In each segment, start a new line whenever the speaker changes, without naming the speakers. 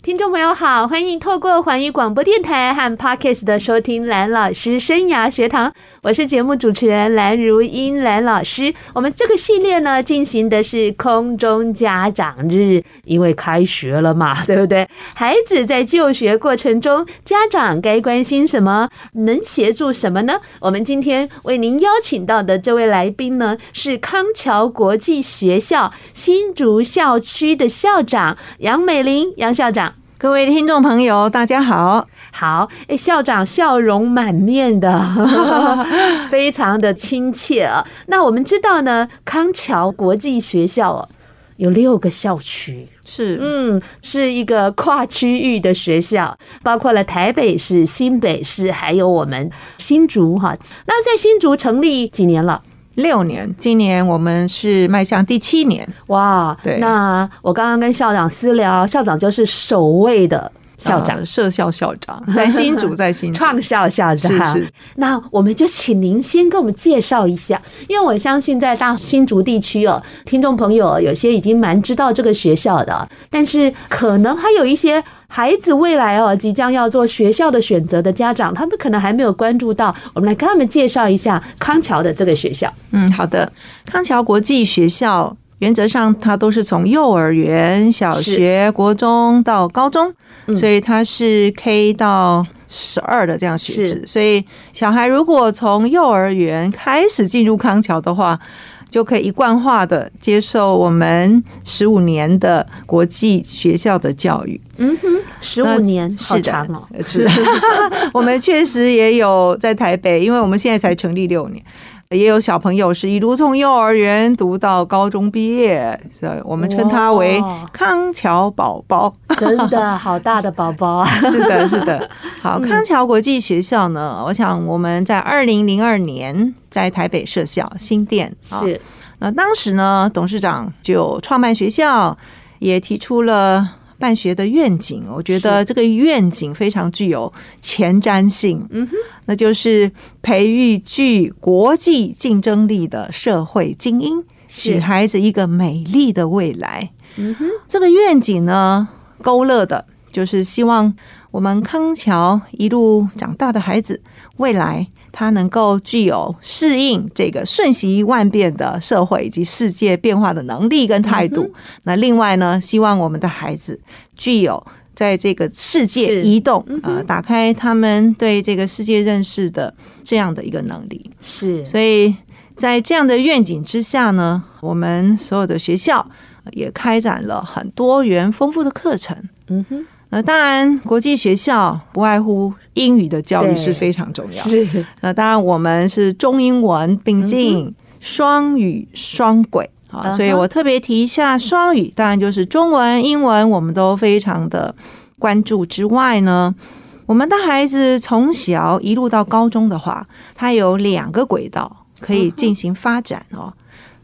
听众朋友好，欢迎透过环宇广播电台和 Podcast 的收听蓝老师生涯学堂，我是节目主持人蓝如英蓝老师。我们这个系列呢，进行的是空中家长日，因为开学了嘛，对不对？孩子在就学过程中，家长该关心什么，能协助什么呢？我们今天为您邀请到的这位来宾呢，是康桥国际学校新竹校区的校长杨美玲杨校长。
各位听众朋友，大家好。
好，哎，校长笑容满面的，非常的亲切啊。那我们知道呢，康桥国际学校哦，有六个校区。
是，
嗯，是一个跨区域的学校，包括了台北市、新北市，还有我们新竹哈。那在新竹成立几年了？
六年，今年我们是迈向第七年。
哇，
对
那我刚刚跟校长私聊，校长就是首位的校长，
呃社校校长在新竹，在新竹。
创校校长。
是是，
那我们就请您先跟我们介绍一下，因为我相信在大新竹地区哦，听众朋友有些已经蛮知道这个学校的，但是可能还有一些孩子未来哦即将要做学校的选择的家长，他们可能还没有关注到。我们来跟他们介绍一下康桥的这个学校。
嗯，好的。康桥国际学校原则上它都是从幼儿园、小学、国中到高中，
嗯
所以它是 K 到十二的这样学制。所以小孩如果从幼儿园开始进入康桥的话，就可以一贯化的接受我们十五年的国际学校的教育。
嗯哼，十五
那
年，好
是的
长哦。
呃是的， 我们确实也有在台北，因为我们现在才成立六年。也有小朋友是一路从幼儿园读到高中毕业，所以我们称他为
哇
康桥宝宝。
真的好大的宝宝啊！
是的，是的。 嗯好，康桥国际学校呢，我想我们在二零零二年在台北设校新店，啊
是，
那当时呢，董事长就创办学校，也提出了办学的愿景。我觉得这个愿景非常具有前瞻性，嗯哼，那就是培育具国际竞争力的社会精英，
是
给孩子一个美丽的未来。
嗯哼，
这个愿景呢，勾勒的就是希望我们康桥一路长大的孩子，未来他能够具有适应这个瞬息万变的社会以及世界变化的能力跟态
嗯
度。那另外呢，希望我们的孩子具有。在这个世界
是嗯
移动，呃，打开他们对这个世界认识的这样的一个能力。
是，
所以在这样的愿景之下呢，我们所有的学校呃也开展了很多元丰富的课程。
嗯哼，
那当然，国际学校不外乎英语的教育
对
是非常重要。
是，
那当然，我们是中英文并进，双语双轨
嗯
啊，
嗯哼
所以我特别提一下双语，当然就是中文、英文，我们都非常的关注。之外呢，我们的孩子从小一路到高中的话，他有两个轨道可以进行发展
嗯
哦。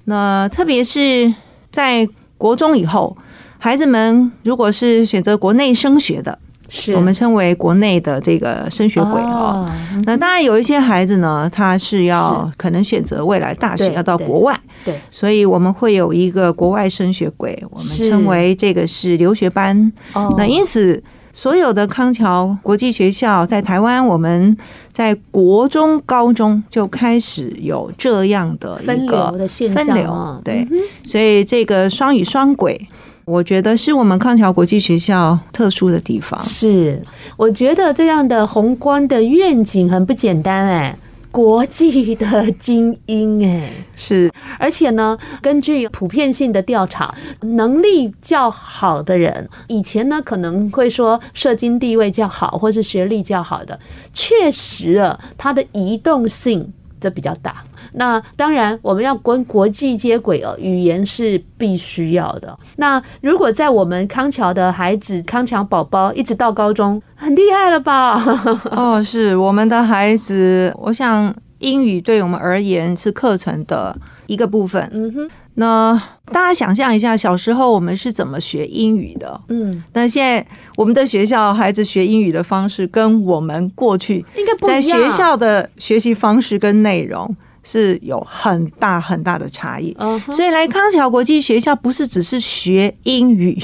那特别是在国中以后，孩子们如果是选择国内升学的，
是
我们称为国内的这个升学轨哦。
哦，
那当然有一些孩子呢，他是要可能选择未来大学
对
要到国外，
对对
所以我们会有一个国外升学轨，我们
是
称为这个是留学班。
哦
那因此，所有的康桥国际学校在台湾，我们在国中、高中就开始有这样的
分
一个
流的现象、
分
哦，
流，对，所以这个双语双轨，我觉得是我们康桥国际学校特殊的地方。
是，我觉得这样的宏观的愿景很不简单哎，国际的精英哎，
是
而且呢，根据普遍性的调查，能力较好的人，以前呢可能会说社经地位较好，或是学历较好的，确实啊，他的移动性。这比较大，那当然我们要跟国际接轨哦，语言是必须要的。那如果在我们康桥的孩子、康桥宝宝一直到高中，很厉害了吧？
哦，是我们的孩子，我想英语对我们而言是课程的一个部分。
嗯哼，
那大家想象一下，小时候我们是怎么学英语的？
嗯，
那现在我们的学校孩子学英语的方式，跟我们过去
应该不一
在
样。
学校的学习方式跟内容是有很大很大的差异。
嗯哼，
所以来康桥国际学校不是只是学英语，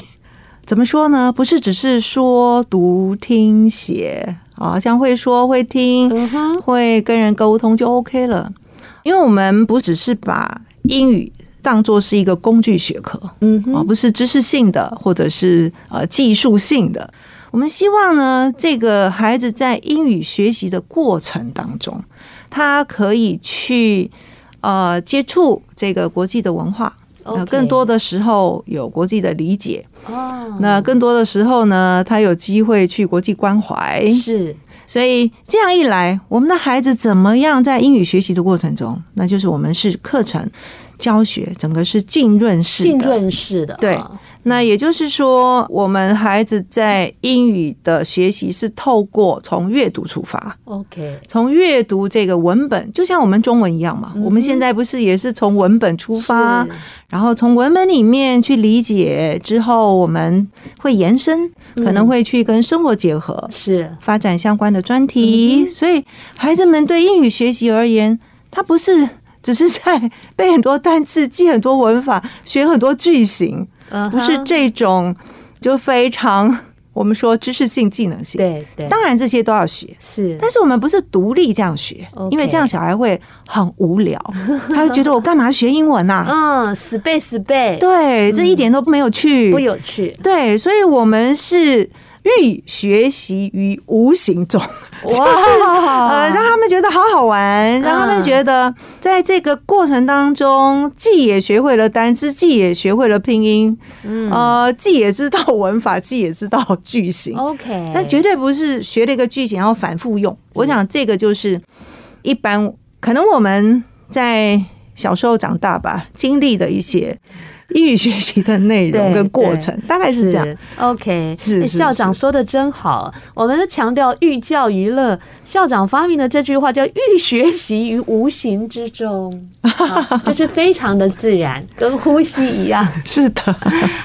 怎么说呢？不是只是说读听写啊，像会说会听，
嗯哼，
会跟人沟通就 OK 了，因为我们不只是把英语当做是一个工具学科，
嗯
而
哼，
不是知识性的或者是呃技术性的。我们希望呢，这个孩子在英语学习的过程当中，他可以去呃接触这个国际的文化，呃，更多的时候有国际的理解，
哦，
那更多的时候呢，他有机会去国际关怀。
是
所以这样一来，我们的孩子怎么样在英语学习的过程中，那就是我们是课程教学，整个是浸润式的。
浸润式的，
对
啊
那也就是说，我们孩子在英语的学习是透过从阅读出发，
，OK，
从阅读这个文本，就像我们中文一样嘛。
嗯哼
我们现在不是也是从文本出发
是，，
然后从文本里面去理解，之后我们会延伸，
嗯
可能会去跟生活结合，
是
发展相关的专
嗯
题。所以，孩子们对英语学习而言，它不是只是在背很多单词、记很多文法、学很多句型。
嗯哼
不是这种就非常我们说知识性、技能性。
对对，
当然这些都要学，
是
但是我们不是独立这样学
OK
因为这样小孩会很无聊，他会觉得我干嘛学英文呐、啊？
嗯，死背死背，
对，这一点都没有
嗯
趣。
不有 趣，
对，所以我们是寓学习于无形中。
哇啊
呃，让他们觉得好好
嗯
玩，让他们觉得在这个过程当中，既也学会了单词，既也学会了拼音，
嗯
呃，既也知道文法，既也知道句型，
，OK，
但绝对不是学了一个句型然后反复用。我想这个就是一般可能我们在小时候长大吧，经历的一些英语学习的内容
对
跟过程，大概是这样。
OK，哎
是是是
校长说的真好，我们强调寓教于乐。校长发明的这句话叫“寓学习于无形之中”， 啊、就是非常的自然，跟呼吸一样。
是的，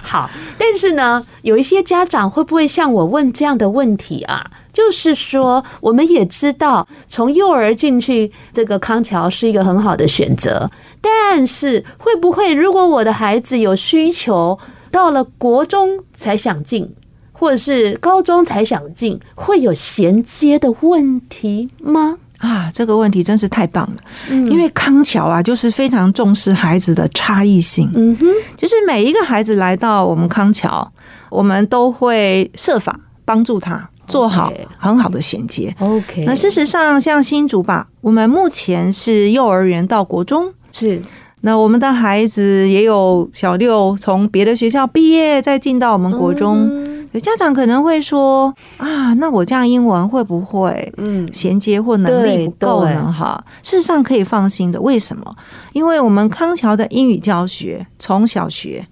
好，但是呢，有一些家长会不会像我问这样的问题啊？就是说，我们也知道从幼儿进去这个康桥是一个很好的选择，但是会不会如果我的孩子有需求，到了国中才想进，或者是高中才想进，会有衔接的问题吗？
啊，这个问题真是太棒了。
嗯
因为康桥啊，就是非常重视孩子的差异性，
嗯哼，
就是每一个孩子来到我们康桥，我们都会设法帮助他做好
OK
很好的衔接。
，OK，
那事实上，像新竹吧，我们目前是幼儿园到国中，
是
那我们的孩子也有小六从别的学校毕业，再进到我们国中。
嗯
有家长可能会说啊，那我这样英文会不会
嗯
衔接或能力
对
不够
对
呢？哈，事实上可以放心的。为什么？因为我们康桥的英语教学从小学，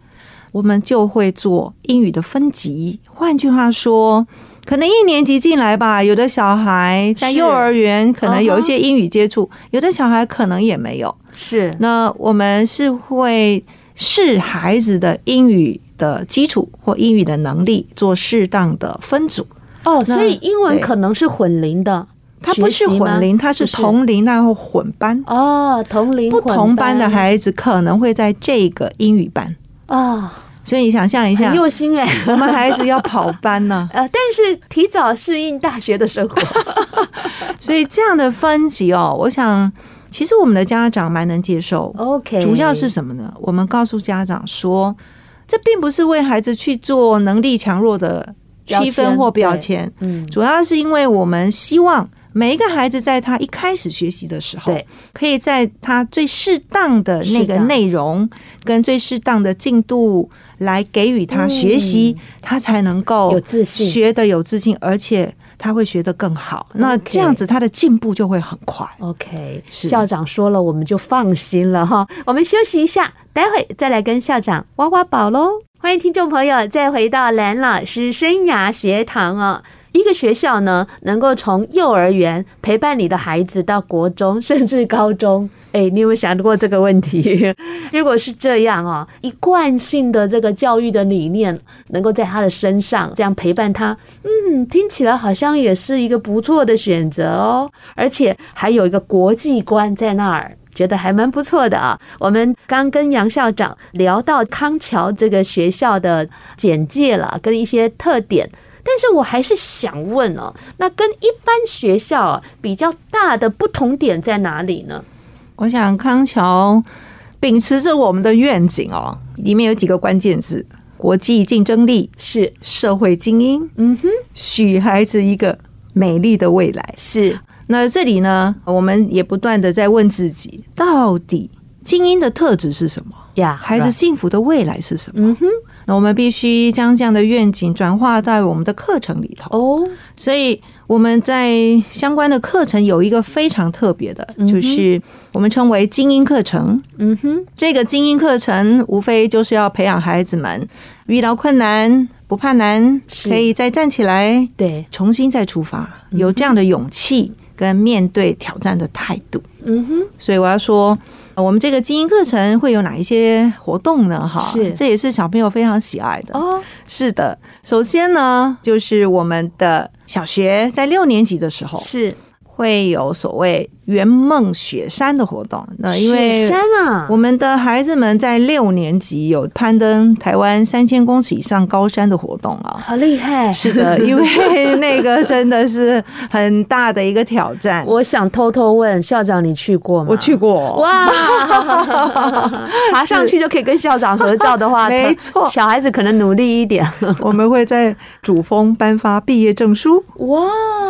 我们就会做英语的分级。换句话说，可能一年级进来吧，有的小孩在
是
幼儿园可
嗯
能
哼
有一些英语接触，有的小孩可能也没有。
嗯是
那我们是会视孩子的英语的基础或英语的能力做适当的分组。
哦，所以
那
英文
对
可能是混龄的，
它不
学
是
习吗
混龄，它是
不是
同龄，然后混班。
哦，同龄
不同班的
还
孩子可能会在这个英语班，
哦，
所以你想象一下
很，用心 哎、、
我们孩子要跑班呢
呃，但是提早适应大学的生活，
所以这样的分级哦，我想其实我们的家长蛮能接受。
哦 OK，
主要是什么呢？我们告诉家长说，这并不是为孩子去做能力强弱的区分或
标
标
签
签，
嗯，
主要是因为我们希望每一个孩子在他一开始学习的时候
对，
可以在他最适当的那
是
个
的
内容跟最适当的进度来给予他学习，他才能够
嗯有自信
学的有自信，而且他会学得更好。那
OK
这样子他的进步就会很快。
OK，
是
校长说了，我们就放心了哈。我们休息一下，待会再来跟校长挖挖宝喽。欢迎听众朋友再回到蓝老师生涯学堂哦。一个学校呢，能够从幼儿园陪伴你的孩子到国中，甚至高中。 哎，你有没有想过这个问题？ 如果是这样哦，一贯性的这个教育的理念能够在他的身上这样陪伴他，嗯，听起来好像也是一个不错的选择哦，而且还有一个国际观在那儿。觉得还蛮不错的啊！我们刚跟杨校长聊到康桥这个学校的简介了，跟一些特点。但是我还是想问哦，那跟一般学校、啊、比较大的不同点在哪里呢？
我想康桥秉持着我们的愿景哦，里面有几个关键字：国际竞争力、
是，
社会精英，
嗯哼，
许孩子一个美丽的未来。
是，
那这里呢，我们也不断的在问自己，到底精英的特质是什么？
呀，
孩子幸福的未来是什么？
嗯哼，
那我们必须将这样的愿景转化到我们的课程里头。
哦，
所以我们在相关的课程有一个非常特别的，
嗯哼
就是我们称为精英课程。
嗯哼，
这个精英课程无非就是要培养孩子们遇到困难不怕难，
是
可以再站起来，
对，
重新再出
嗯
发，有这样的勇气跟面对挑战的态度。
嗯哼，
所以我要说，呃我们这个精英课程会有哪一些活动呢？哈，
是
这也是小朋友非常喜爱的。
哦，
是的，首先呢，就是我们的小学在六年级的时候
是
会有所谓圆梦雪山的活动。那呃因为
雪山啊，
我们的孩子们在六年级有攀登台湾三千公尺以上高山的活动啊。
好厉害！
是的，因为那个真的是很大的一个挑战。
我想偷偷问校长，你去过吗？
我去过，
哇，爬上去就可以跟校长合照的话，
没错
小孩子可能努力一 点。
我们会在主峰颁发毕业证书。
哇，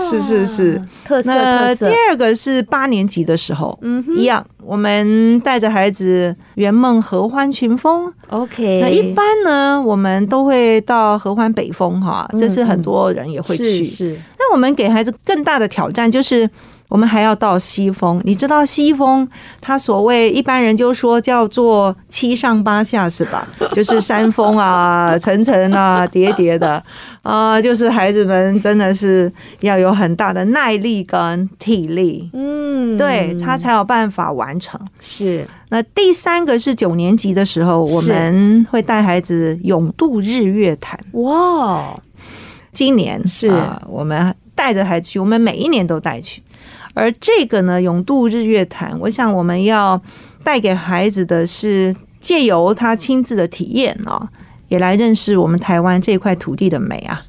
是是是，
哦特色
那
特
第
色，
二个是八年级的时候，
嗯哼
一样，我们带着孩子圆梦合欢群峰。
，OK，
那一般呢，我们都会到合欢北峰哈，
嗯
这是很多人也会
是
去。
是
那我们给孩子更大的挑战就是。我们还要到西峰，你知道西峰，它所谓一般人就说叫做七上八下是吧？ 就是山峰啊，层层啊， 叠叠的，啊、就是孩子们真的是要有很大的耐力跟体力，
嗯，
对他才有办法完成。
是
那第三个是九年级的时候，我
是
们会带孩子勇渡日月潭。
哇，
今年
是
啊我们带着孩子去，我们每一年都带去。而这个呢，永渡日月潭，我想我们要带给孩子的是借由他亲自的体验啊、也来认识我们台湾这块土地的美啊。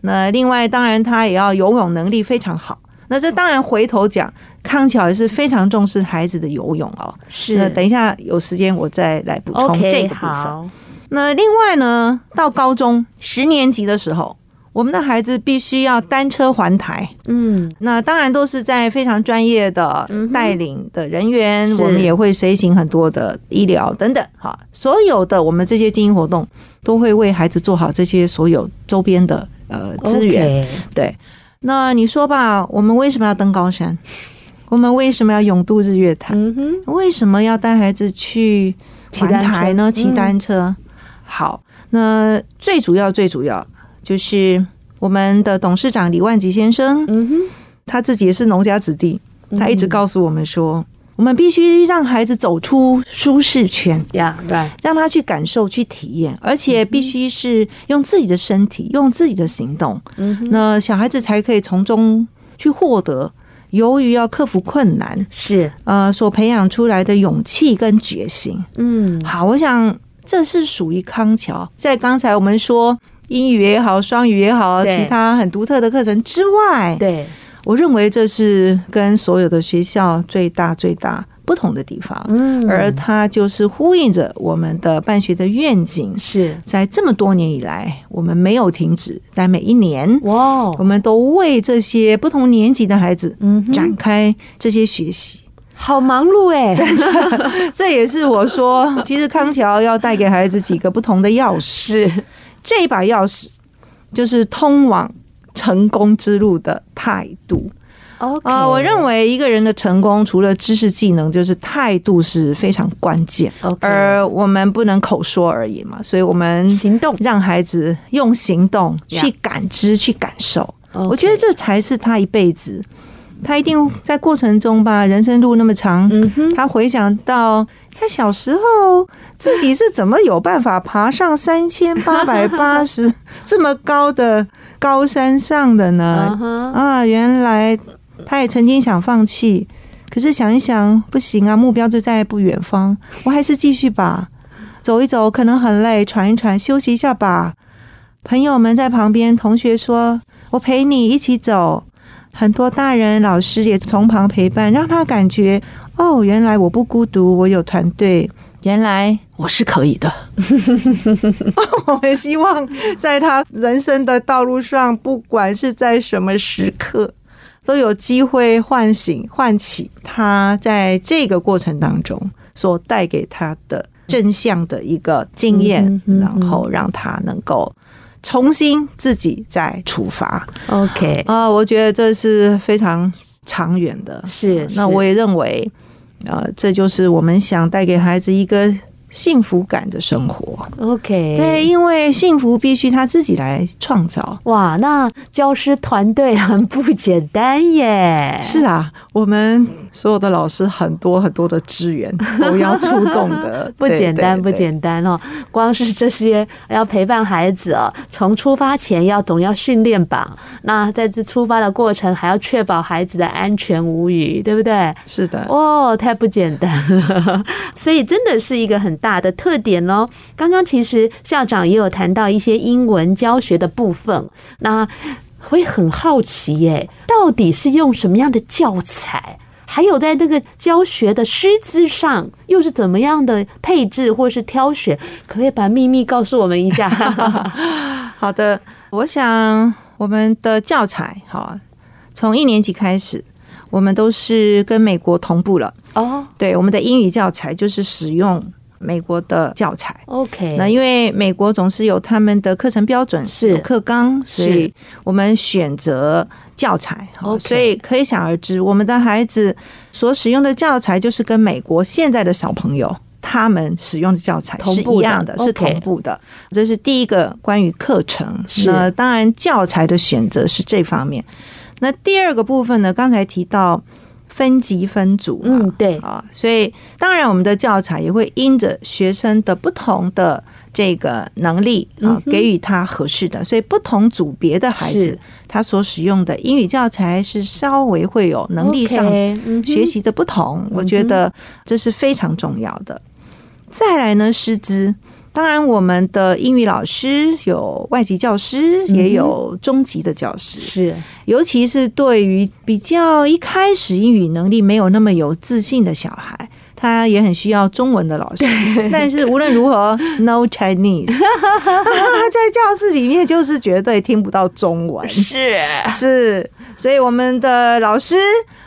那另外，当然他也要游泳能力非常好。那这当然回头讲，康桥也是非常重视孩子的游泳哦。那
是
等一下有时间我再来补充这个
OK
部分。
好，
那另外呢，到高中十年级的时候，我们的孩子必须要单车环台。
嗯，
那当然都是在非常专业的
嗯哼
带领的人员，
嗯是
我们也会随行很多的医疗等等。哈，所有的我们这些精英活动都会为孩子做好这些所有周边的呃资源。
OK，
对，那你说吧，我们为什么要登高山？我们为什么要勇渡日月潭？
嗯哼，
为什么要带孩子去环台呢？
骑单车嗯
骑单车。好，那最主要最主要就是我们的董事长李万吉先生，
嗯哼，
他自己也是农家子弟，
嗯
他一直告诉我们说，我们必须让孩子走出舒适圈，
呀，right，
让他去感受、去体验，而且必须是用自己的身体、用自己的行动，
嗯哼，
那小孩子才可以从中去获得。由于要克服困难，
是，
呃，所培养出来的勇气跟决心，
嗯，
好，我想这是属于康桥。在刚才我们说英语也好，双语也好，
对
其他很独特的课程之外，
对，
我认为这是跟所有的学校最大最大不同的地方。
嗯，
而它就是呼应着我们的办学的愿景，
是
在这么多年以来，我们没有停止，但每一年
哇，
我们都为这些不同年级的孩子
嗯哼，
展开这些学习。
好忙碌哎，
这也是我说，其实康桥要带给孩子几个不同的钥匙，
是
这一把钥匙就是通往成功之路的态度。
OK，
啊、我认为一个人的成功，除了知识技能，就是态度是非常关键，
OK，
而我们不能口说而已嘛，所以我们
行动
让孩子用行动
Yeah
去感知、去感受。我觉得这才是他一辈子，他一定在过程中吧，人生路那么长，
嗯哼，
他回想到他小时候自己是怎么有办法爬上三千八百八十 这么高的高山上的呢
嗯？哼，
啊，原来他也曾经想放弃，可是想一想，不行啊，目标就在不远方，我还是继续吧，走一走，可能很累，喘一喘，休息一下吧。朋友们在旁边，同学说：“我陪你一起走。”很多大人、老师也从旁陪伴，让他感觉哦，原来我不孤独，我有团队，原来我是 可以的。我们希望在他人生的道路上，不管是在什么时刻，都有机会唤醒、唤起他在这个过程当中所带给他的正向的一个经验，
嗯哼嗯哼
然后让他能够重新自己再出发。
OK，
啊、我觉得这是非常长远的。
是，
那我
也
也认为，呃，这就是我们想带给孩子一个幸福感的生活。
嗯 OK，
对，，因为幸福必须他自己来创造。
哇，那教师团队 很不简单耶，，
是啊，我们所有的老师很多很多的资源都要出动的
不简单，不
单。
简单哦！光是这些要陪伴孩子哦，从出发前要总要训练吧。那在这出发的过程，还要确保孩子的安全无虞，对不对？
是的，
哦，太不简单了， 所以真的是一个很大的特点哦。刚刚其实校长也有谈到一些英文教学的部分，那会很好奇耶，到底是用什么样的教材？还有在那个教学的师资上，又是怎么样的配置或是挑选？可不可以把秘密告诉我们一下？
好的，我想我们的教材哈，从一年级开始，我们都是跟美国同步了。
哦
对，我们的英语教材就是使用美国的教材。
，OK、
那
o k
因为美国总是有他们的课程标准，
是
有课纲，
是
所以我们选择教材。好
OK
所以可以想而知，我们的孩子所使用的教材就是跟美国现在的小朋友他们使用的教材
同
是
步的
一样的，是
OK
同步的。这是第一个关于课程。
是
那当然，教材的选择是这方面。那第二个部分呢？刚才提到分级分组嘛，
嗯，对，
啊，所以当然我们的教材也会因着学生的不同的这个能力
嗯
啊
哼，
给予他合适的。所以不同组别的孩
是
子，他所使用的英语教材是稍微会有能力上
OK，嗯哼
学习的不同，我觉得这是非常重要的。再来呢，师资。当然，我们的英语老师有外籍教
嗯
师，也有中级的教师。
是
尤其是对于比较一开始英语能力没有那么有自信的小孩，他也很需要中文的老师。但是无论如何，no Chinese，他在教室里面就是绝对听不到中文。
是，
是，所以我们的老师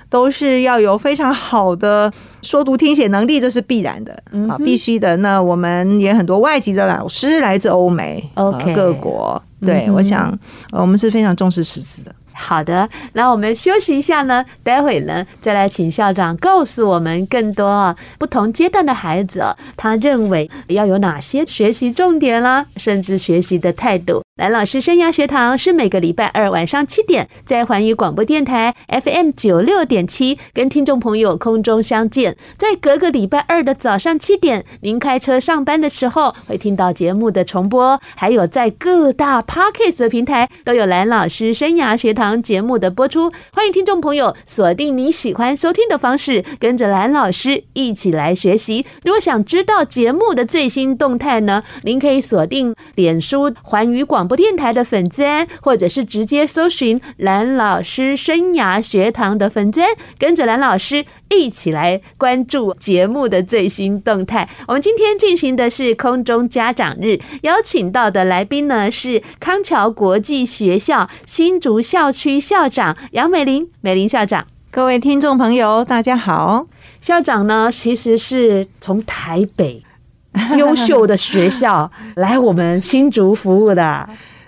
都是要有非常好的说读听写能力，这是必然的
嗯
啊
哼，
必须的。那我们也很多外籍的老师来自欧美、呃
OK
各国。
嗯
对，
哼
我想呃我们是非常重视师资的。
好的，那我们休息一下呢，待会呢再来请校长告诉我们更多啊不同阶段的孩子、啊，他认为要有哪些学习重点啦，甚至学习的态度。蓝老师生涯学堂是每个礼拜二晚上七点在环宇广播电台 FM 九六点七跟听众朋友空中相见，在隔个礼拜二的早上七点，您开车上班的时候会听到节目的重播，还有在各大 Podcast 的平台都有蓝老师生涯学堂节目的播出，欢迎听众朋友锁定你喜欢收听的方式，跟着蓝老师一起来学习。如果想知道节目的最新动态呢，您可以锁定脸书环宇广播电台的粉砖，或者是直接搜寻蓝老师生涯学堂的粉砖，跟着蓝老师一起来关注节目的最新动态。我们今天进行的是空中家长日，邀请到的来宾呢是康桥国际学校新竹校区校长杨美玲，美玲校长。
各位听众朋友，大家好。
校长呢，其实是从台北 优秀的学校来我们新竹服务的。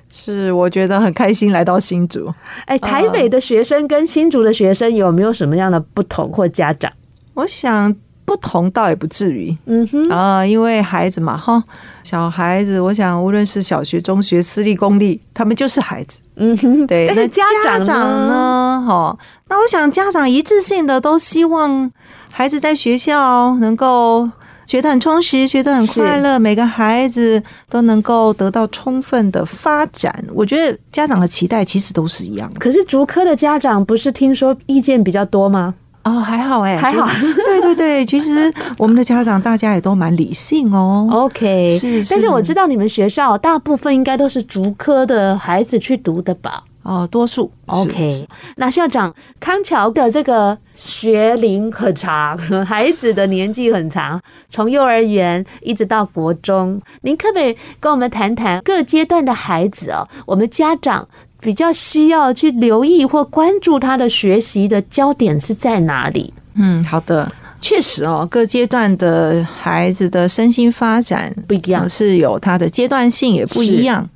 是，我觉得很开心来到新竹。
哎，台北的学生跟新竹的学生有没有什么样的不同或家长？
我想不同倒也不至于
嗯哼，
啊、因为孩子嘛哈，小孩子，我想无论是小学、中学、私立、公立，他们就是孩子。
嗯哼，
对，
但
那
是家长
长呢？哦，那我想家长一致性的都希望孩子在学校能够学得很充实，学得很快乐，每个孩子都能够得到充分的发展。我觉得家长的期待其实都是一样的。
可是竹科的家长不是听说意见比较多吗？
哦，还好哎、
还好。
对对对，其实我们的家长大家也都蛮理性哦。
OK，
是是
但是我知道你们学校大部分应该都是竹科的孩子去读的吧
哦，多数是是
？OK，那校长康桥的这个学龄很长， 孩子的年纪很长，从幼儿园一直到国中，您可不可以跟我们谈谈各阶段的孩子哦？我们家长比较需要去留意或关注他的学习的焦点是在哪里？
嗯，好的，确实哦，各阶段的孩子的身心发展
不一样
呃，是有它的阶段性也不一样。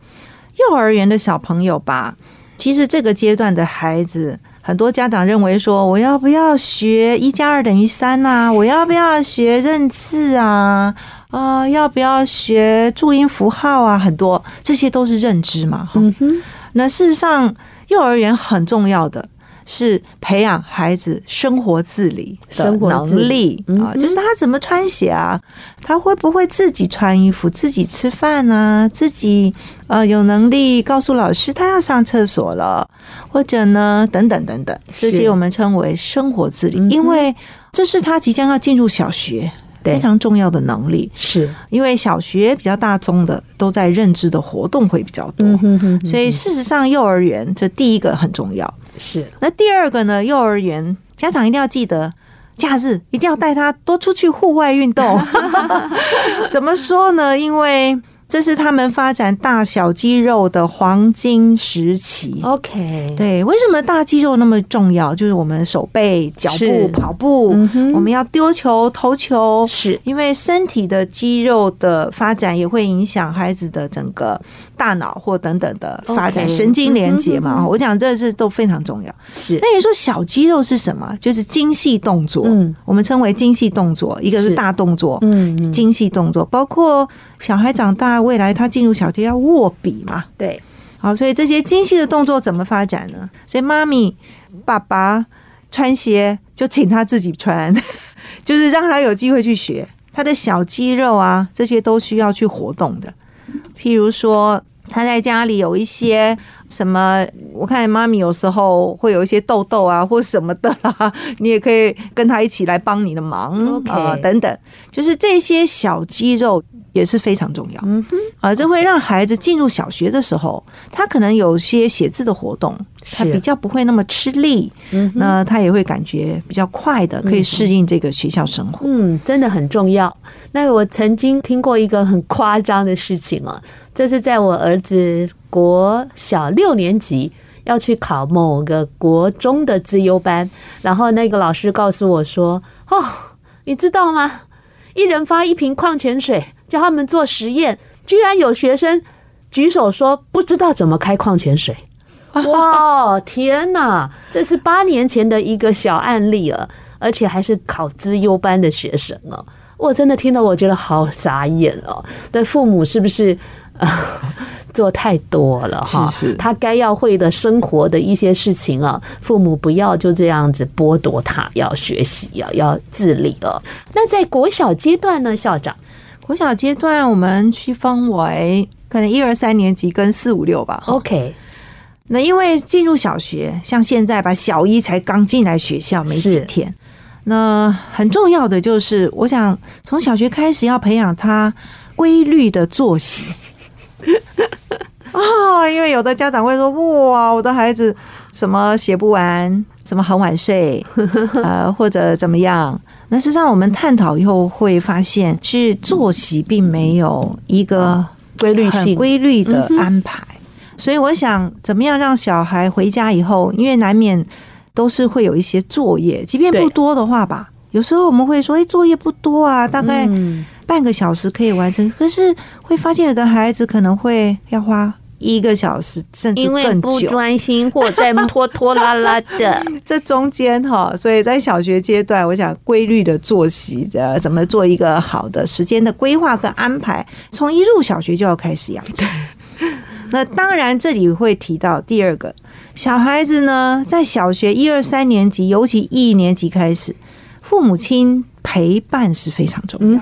幼儿园的小朋友吧，其实这个阶段的孩子，很多家长认为说，我要不要学一加二等于三呐？我要不要学认字啊？呃，要不要学注音符号啊？很多这些都是认知嘛。哈
嗯哼，
那事实上，幼儿园很重要的是培养孩子生活自理的
生活自
能力
嗯
啊，
哼
就是他怎么穿鞋啊，他会不会自己穿衣服、自己吃饭啊，自己呃有能力告诉老师他要上厕所了，或者呢，等等等等，这些
是
我们称为生活自理
嗯，哼
因为这是他即将要进入小学非
对，
常重要的能力，
是，
因为小学比较大宗的都在认知的活动会比较多。
嗯哼哼哼，
所以事实上，幼儿园这第一个很重要。
是。
那第二个呢？幼儿园家长一定要记得，假日一定要带他多出去户外 运动。怎么说呢？因为这是他们发展大小肌肉的黄金时期。
OK，
对，为什么大肌肉那么重要？就是我们手背、脚
是
步、跑步，
嗯哼
我们要丢球、投球，
是
因为身体的肌肉的发展也会影响孩子的整个大脑或等等的发展
OK
神经连接嘛。
嗯哼
我讲这是都非常重要。
是，
那你说小肌肉是什么？就是精细动作，
嗯
我们称为精细动作，一个
是
是大动作。
嗯，嗯
精细动作，包括小孩长大，未来他进入小学要握笔嘛，
对，
好，所以这些精细的动作怎么发展呢？所以妈咪、爸爸穿鞋就请他自己穿， 就是让他有机会去学他的小肌肉啊，这些都需要去活动的。譬如说，他在家里有一些什么，我看妈咪有时候会有一些痘痘啊或什么的啦， 你也可以跟他一起来帮你的忙啊
OK
等等，就是这些小肌肉也是非常重要。
嗯哼，
啊，这会让孩子进入小学的时候，他可能有些写字的活动，他
是
比较不会那么吃力，
嗯哼，
那他也会感觉比较快的，可以适应这个学校生活。
嗯，真的很重要。那我曾经听过一个很夸张的事情哦，这是在我儿子国小六年级。要去考某个国中的资优班，然后那个老师告诉我说：“哦，你知道吗？一人发一瓶矿泉水，叫他们做实验，居然有学生举手说不知道怎么开矿泉水。 哇，天哪！这是八年前的一个小案例了，而且还是考资优班的学生哦。我真的听了，我觉得好傻眼哦。对父母是不是啊、 做太多了哈？
是是
他该要会的生活的一些事情啊，父母不要就这样子剥夺他，要学习啊，要自理哦。那在国小阶段呢，校长
国小阶段我们区分为可能一二三年级跟四五六吧。
，OK，
那因为进入小学，像现在吧，小一才刚进来学校没几
是
天，那很重要的就是，我想从小学开始要培养他规律的作息。哦，因为有的家长会说：“哇，我的孩子什么写不完，什么很晚睡，呃，或者怎么样。”那事实上，我们探讨以后会发现，是作息并没有一个
规律
很
性，
规律的安排。所以我想，怎么样让小孩回家以后，因为难免都是会有一些作业，即便
对
不多的话吧，有时候我们会说，哎、作业不多啊，大概
嗯
半个小时可以完成。可是会发现，有的孩子可能会要花一个小时甚至
因为
更
不
久。
专心或在拖拖拉拉 的，
这中间哈，所以在小学阶段，我想规律的作息的怎么做一个好的时间的规划跟安排，从一入小学就要开始养成。那当然，这里会提到第二个小孩子呢，在小学一二三年级，尤其一年级开始，父母亲陪伴是非常重要。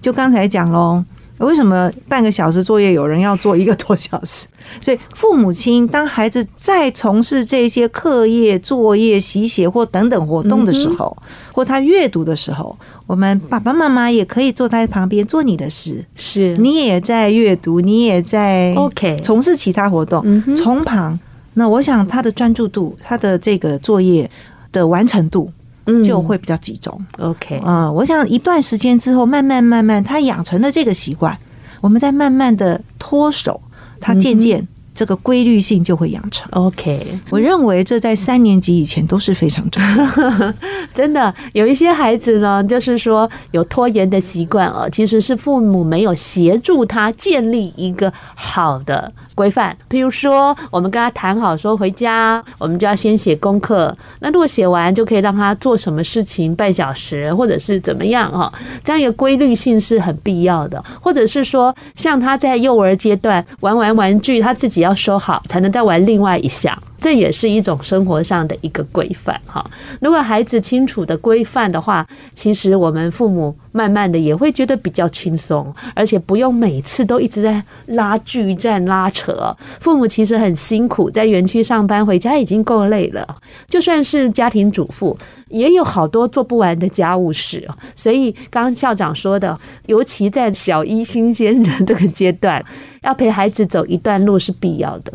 就刚才讲喽，为什么半个小时作业有人要做一个多小时？ 所以父母亲当孩子在从事这些课业、作业、习写或等等活动的时候，或他阅读的时候，我们爸爸妈妈也可以坐在旁边做你的事，
是
你也在阅读，你也在
OK，
从事其他活动，
嗯哼
从旁。那我想他的专注度，他的这个作业的完成度
嗯
就会比较集中。
OK，
嗯，我想一段时间之后，慢慢慢慢，他养成了这个习惯，我们再慢慢的脱手，他渐渐这个规律性就会养
嗯
成。
OK，
我认为这在三年级以前都是非常重 要的。
真的有一些孩子呢，就是说有拖延的习惯哦，其实是父母没有协助他建立一个好的规范。譬如说，我们跟他谈好说回家我们就要先写功课，那如果写完就可以让他做什么事情半小时，或者是怎么样哈、哦，这样一个规律性是很必要的。或者是说，像他在幼儿阶段玩玩玩具，他自己要收好，才能再玩另外一项。这也是一种生活上的一个规范哈。如果孩子清楚的规范的话，其实我们父母慢慢的也会觉得比较轻松，而且不用每次都一直在拉锯战拉扯。父母其实很辛苦，在园区上班回家已经够累了，就算是家庭主妇，也有好多做不完的家务事哦。所以刚刚校长说的，尤其在小一新鲜人这个阶段，要陪孩子走一段路是必要的。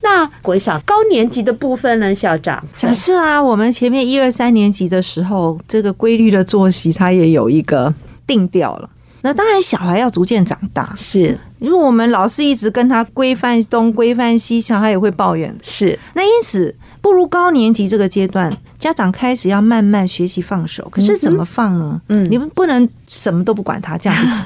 那国小高年级的部分呢，校长？
假设啊，我们前面一二三年级的时候，这个规律的作息，它也有一个定调了。那当然，小孩要逐渐长大。
是
如果我们老是一直跟他规范东规范西，小孩也会抱怨。
是，
那因此，步入高年级这个阶段，家长开始要慢慢学习放手。可是怎么放呢？
嗯
你们不能什么都不管他，这样不行。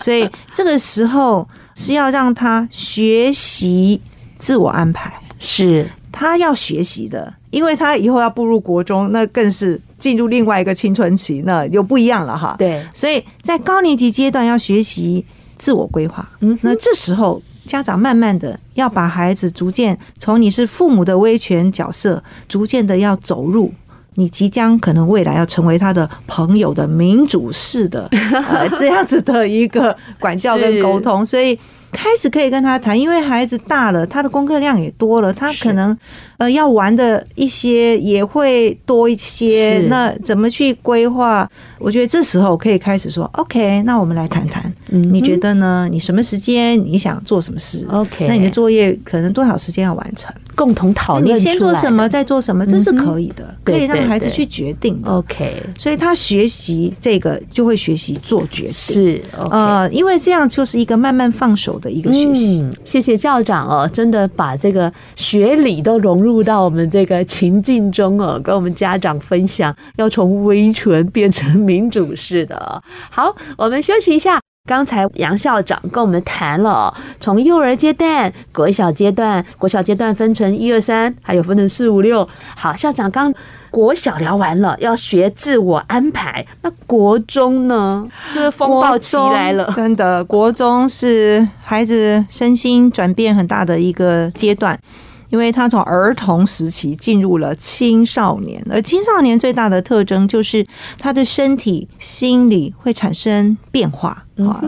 所以这个时候是要让他学习自我安排，
是
他要学习的，因为他以后要步入国中，那更是进入另外一个青春期，那又不一样了哈。
对，
所以在高年级阶段要学习自我规划。
嗯哼
那这时候家长慢慢的要把孩子逐渐从你是父母的威权角色，逐渐的要走入。你即将可能未来要成为他的朋友的民主式 的呃这样子的一个管教跟沟通，所以开始可以跟他谈，因为孩子大了，他的功课量也多了，他
是
可能呃要玩的一些也会多一些
是，
那怎么去规划？我觉得这时候可以开始说，OK，那我们来谈谈，你觉得呢？你什么时间你想做什么事？
嗯 OK？
那你的作业可能多少时间要完成？
共同讨
那
论，
你先做什么，？再做什么，这是可以的，可
对
以让孩子
嗯对对
去决定的。
OK，
所以他学习这个就会学习做决定，
是 OK。
呃，因为这样就是一个慢慢放手的一个学习。
嗯，谢谢校长哦，真的把这个学理都融入到我们这个情境中哦，跟我们家长分享，要从威权变成民主式的哦、好，我们休息一下。刚才杨校长跟我们谈了哦、从幼儿阶段、国小阶段，国小阶段分成一二三，还有分成四五六。好，校长刚国小聊完了，要学自我安排。那国中呢？是不是风暴起来了
国？中真的，国中是孩子身心转变很大的一个阶段，因为他从儿童时期进入了青少年，而青少年最大的特征就是他的身体、心理会产生变化啊，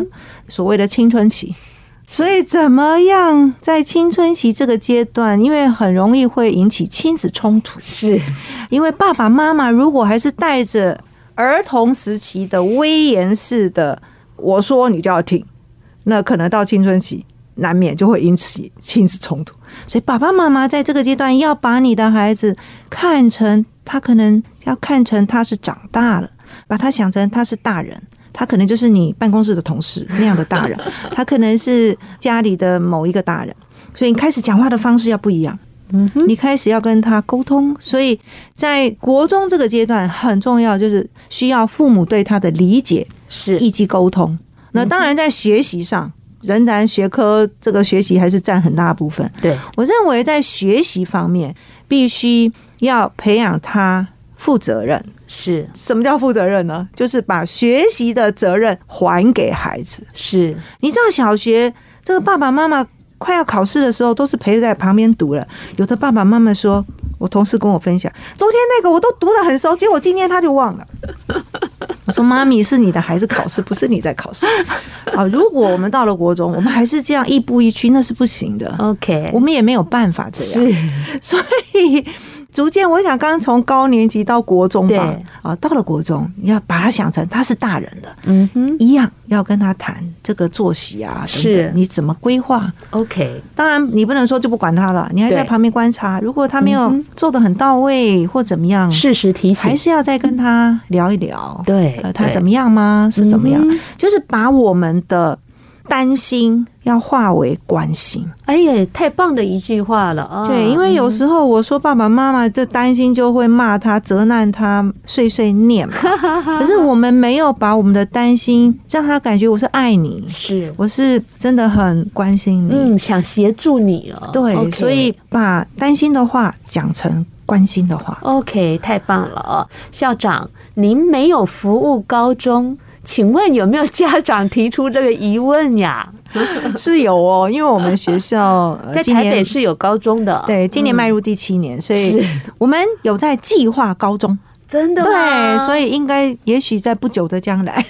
所谓的青春期。所以，怎么样在青春期这个阶段，因为很容易会引起亲子冲突，
是
因为爸爸妈妈如果还是带着儿童时期的威严式的“我说你就要听”，那可能到青春期难免就会引起亲子冲突。所以爸爸妈妈在这个阶段要把你的孩子看成他可能要看成他是长大了，把他想成他是大人。他可能就是你办公室的同事那样的大人，他可能是家里的某一个大人，所以你开始讲话的方式要不一样。你开始要跟他沟通，所以在国中这个阶段很重要，就是需要父母对他的理解
是
以及沟通。那当然，在学习上，仍然学科这个学习还是占很大部分。
对，
我认为在学习方面，必须要培养他负责任。
是
什么叫负责任呢？就是把学习的责任还给孩子。
是，
你知道小学这个爸爸妈妈快要考试的时候，都是陪在旁边读了。有的爸爸妈妈说，我同事跟我分享，昨天那个我都读得很熟，结果今天他就忘了。我说：“妈咪，是你的孩子考试，不是你在考试啊！如果我们到了国中，我们还是这样亦步亦趋，那是不行的。
OK，
我们也没有办法这样，
嗯是
所以逐渐，我想刚从高年级到国中吧
对，
啊，到了国中，你要把他想成他是大人的，
嗯哼
一样要跟他谈这个作息啊，等等
是
你怎么规划？
，OK，
当然，你不能说就不管他了，你还在
对
旁边观察。如果他没有
嗯
做的很到位或怎么样，
适时提醒
还，是要再跟他聊一聊，
嗯对
呃，，他
对
怎么样吗？是怎么样？
嗯哼
就是把我们的担心要化为关心。
哎呀，太棒的一句话了啊！
对，因为有时候我说爸爸妈妈就担心，就会骂他、责难他、碎 碎念嘛。可是我们没有把我们的担心让他感觉我是爱你，
是
我是真的很关心你。
嗯，想协助你哦。
对
OK
所以把担心的话讲成关心的 话。
OK，太棒了哦，校长，您没有服务高中，请问有没有家长提出这个疑问呀？
是有哦，因为我们学校、呃
在
今
台北嗯
年
是有高中的，
对今年迈入第七年，所以我们有在计划高中，
真的
对，所
以
以应该也许在不久的将来。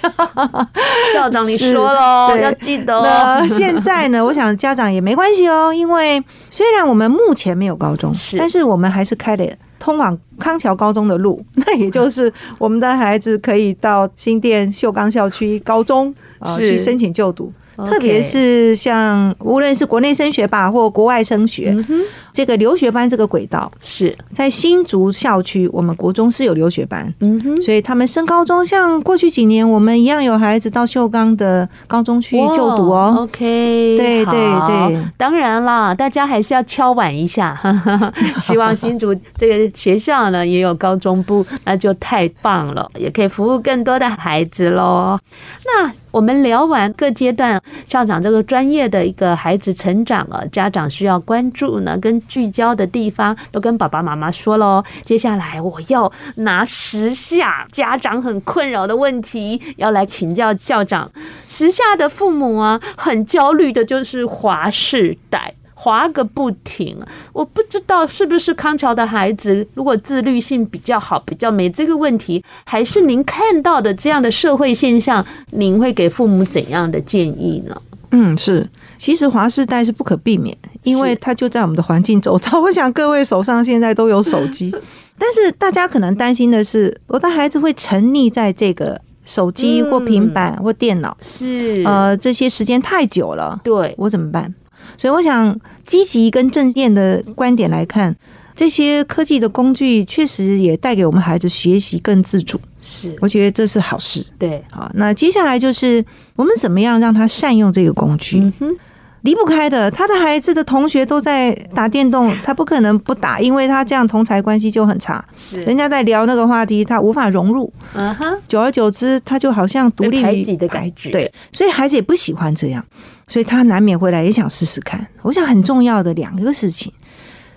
校长你
是
说了哦，
对
要记得哦
那。现 在呢，我想家长也没关系哦，因为虽然我们目前没有高中，
是
但是我们还是开了通往康桥高中的路，那也就是我们的孩子可以到新店秀冈校区高中啊、呃
是
去申请就读。
OK
特别是像无论是国内升学吧，或国外升学，
嗯哼，
这个留学班这个轨道，
是，
在新竹校区，我们国中是有留学班，
嗯哼，
所以他们升高中，像过去几年我们一样有孩子到秀冈的高中去就读
哇
哦。
OK，对
对对
当然啦，大家还是要敲碗一下， 哈哈哈。希望新竹这个学校呢也有高中部，那就太棒了，也可以服务更多的孩子喽。那我们聊完各阶段校长这个专业的一个孩子成长啊，家长需要关注呢跟聚焦的地方，都跟爸爸妈妈说喽。接下来我要拿时下家长很困扰的问题，要来请教校长。时下的父母啊，很焦虑的就是滑世代。滑个不停，我不知道是不是康桥的孩子，如果自律性比较好，比较没这个问题，还是您看到的这样的社会现象，您会给父母怎样的建议呢？
嗯，是。其实华世代是不可避免，因为它就在我们的环境周遭。 我想各位手上现在都有手机，但是大家可能担心的是，我的孩子会沉溺在这个手机
嗯
或平板或电脑，
是，
呃，这些时间太久了，
对，
我怎么办？所以我想，积极跟正面的观点来看，这些科技的工具确实也带给我们孩子学习更自主，
是，
我觉得这是好事。
对，
好，那接下来就是我们怎么样让他善用这个工具
嗯，哼，
离、不开的。他的孩子的同学都在打电动，他不可能不打，因为他这样同才关系就很差。人
是，
家在聊那个话题，他无法融入，
嗯哼，
久而久之，他就好像独立
被
于
排挤的感觉
对，所以孩子也不喜欢这样，所以他难免回来也想试试看。我想很重要的两个事情，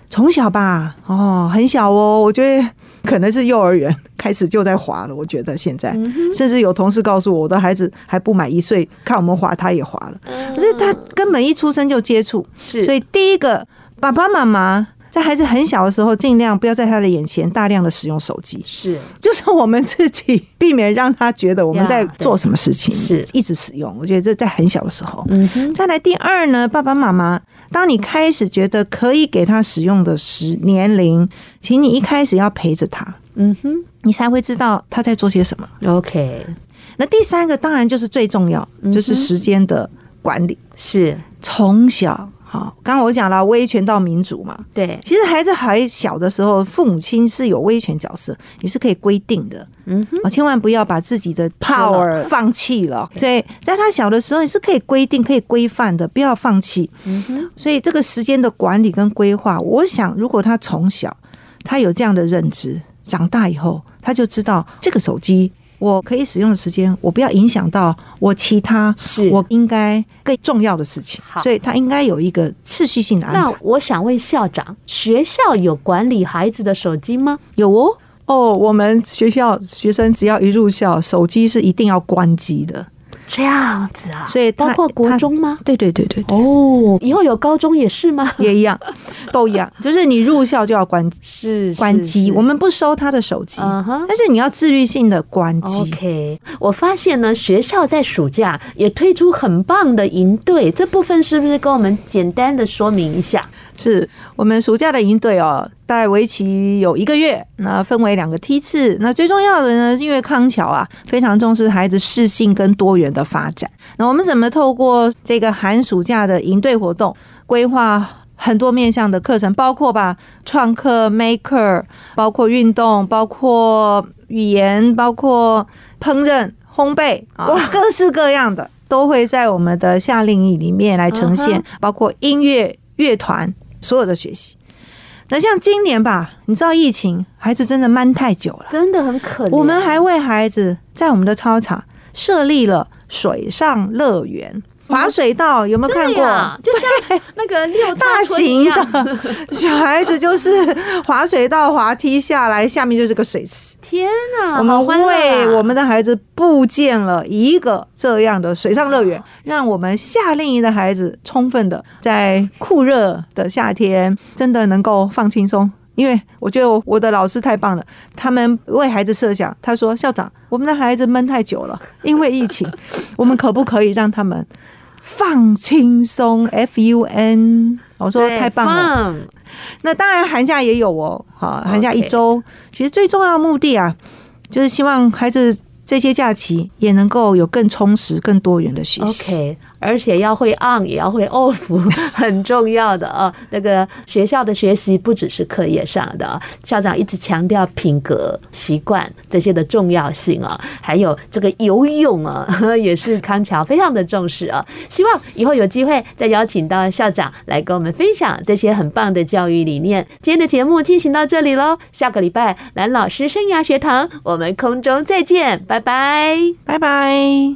从小吧，哦，很小哦，我觉得可能是幼儿园开始就在滑了。我觉得现在，
嗯
甚至有同事告诉我，我的孩子还不满一岁，看我们滑，他也滑了。可是他根本一出生就接触，
嗯是，
所以第一个，爸爸妈妈在孩子很小的时候，尽量不要在他的眼前大量的使用手机。
是，
就是我们自己避免让他觉得我们在做什么事情，
Yeah，对是
一直使用。我觉得这在很小的时候。
嗯哼，
再来第二呢，爸爸妈妈，当你开始觉得可以给他使用的时年龄，请你一开始要陪着他，
嗯哼
你才会知道他在做些什么。
，OK，
那第三个当然就是最重要，
嗯
就是时间的管理，
是，
从小。好，刚刚我讲了威权到民主嘛，
对，
其实孩子还小的时候，父母亲是有威权角色，也是可以规定的。
嗯
哼，千万不要把自己的 power 放弃了。所以在他小的时候，你是可以规定、可以规范的，不要放弃。
嗯哼，
所以这个时间的管理跟规划，我想如果他从小他有这样的认知，长大以后他就知道这个手机我可以使用的时间，我不要影响到我其他
是
我应该更重要的事情
好，
所以它应该有一个次序性的安
那
排。
我想问校长，学校有管理孩子的手机吗？
有哦。哦，我们学校学生只要一入校，手机是一定要关机的。
这样子啊，
所以他
包括国
他
中吗？
对对对对对，
哦，以后有高中也是吗？
哦也 一样，都一样，就是你入校就要关
是
关机，
是
我们不收他的手机，
嗯哼。
但是你要自律性的关机。
OK，我发现呢，学校在暑假也推出很棒的营队，这部分是不是跟我们简单的说明一下？
是我们暑假的营队哦，大概为期有一个月，那分为两个梯次。那最重要的呢，是因为康桥啊非常重视孩子适性跟多元的发展。那我们怎么透过这个寒暑假的营队活动，规划很多面向的课程，包括吧创客、maker，包括运动，包括语言，包括烹饪、烘焙啊，各式各样的都会在我们的夏令营里面来呈现
嗯
包括音乐、乐团所有的学习。那像今年吧，你知道疫情，孩子真的闷太久了，
真的很可怜。
我们还为孩子在我们的操场设立了水上乐园。滑水道有没有看
哦真的
过？
呀就像那个六叉
大
村一
型
样
的 小孩子就是滑水道滑梯下来，下面就是个水池。
天哪，
我
好
们
欢乐啊
为我们的孩子布建了一个这样的水上乐
哦
园，让我们夏令营的孩子充分的在酷热的夏天，真的能够放轻松。因为我觉得我我的老师太棒了，他们为孩子设想。他说：“校长，我们的孩子闷太久了，因为疫情，我们可不可以让他们放轻松？F U N。”我说：“
对
太棒了。”
放
那当然，寒假也有哦，好，
OK
寒假一周。其实最重要的目的啊，就是希望孩子这些假期也能够有更充实、更多元的学习。
OK，而且要会 on，也要会 off，很 重要的啊。那个学校的学习不只是课业上的、啊，校长一直强调品格、习惯这些的重要性啊，还有这个游泳啊， 也是康桥非常的重视啊。希望以后有机会再邀请到校长来跟我们分享这些很棒的教育理念。今天的节目进行到这里喽，下个礼拜蓝老师生涯学堂，我们空中再见，拜拜。
拜拜。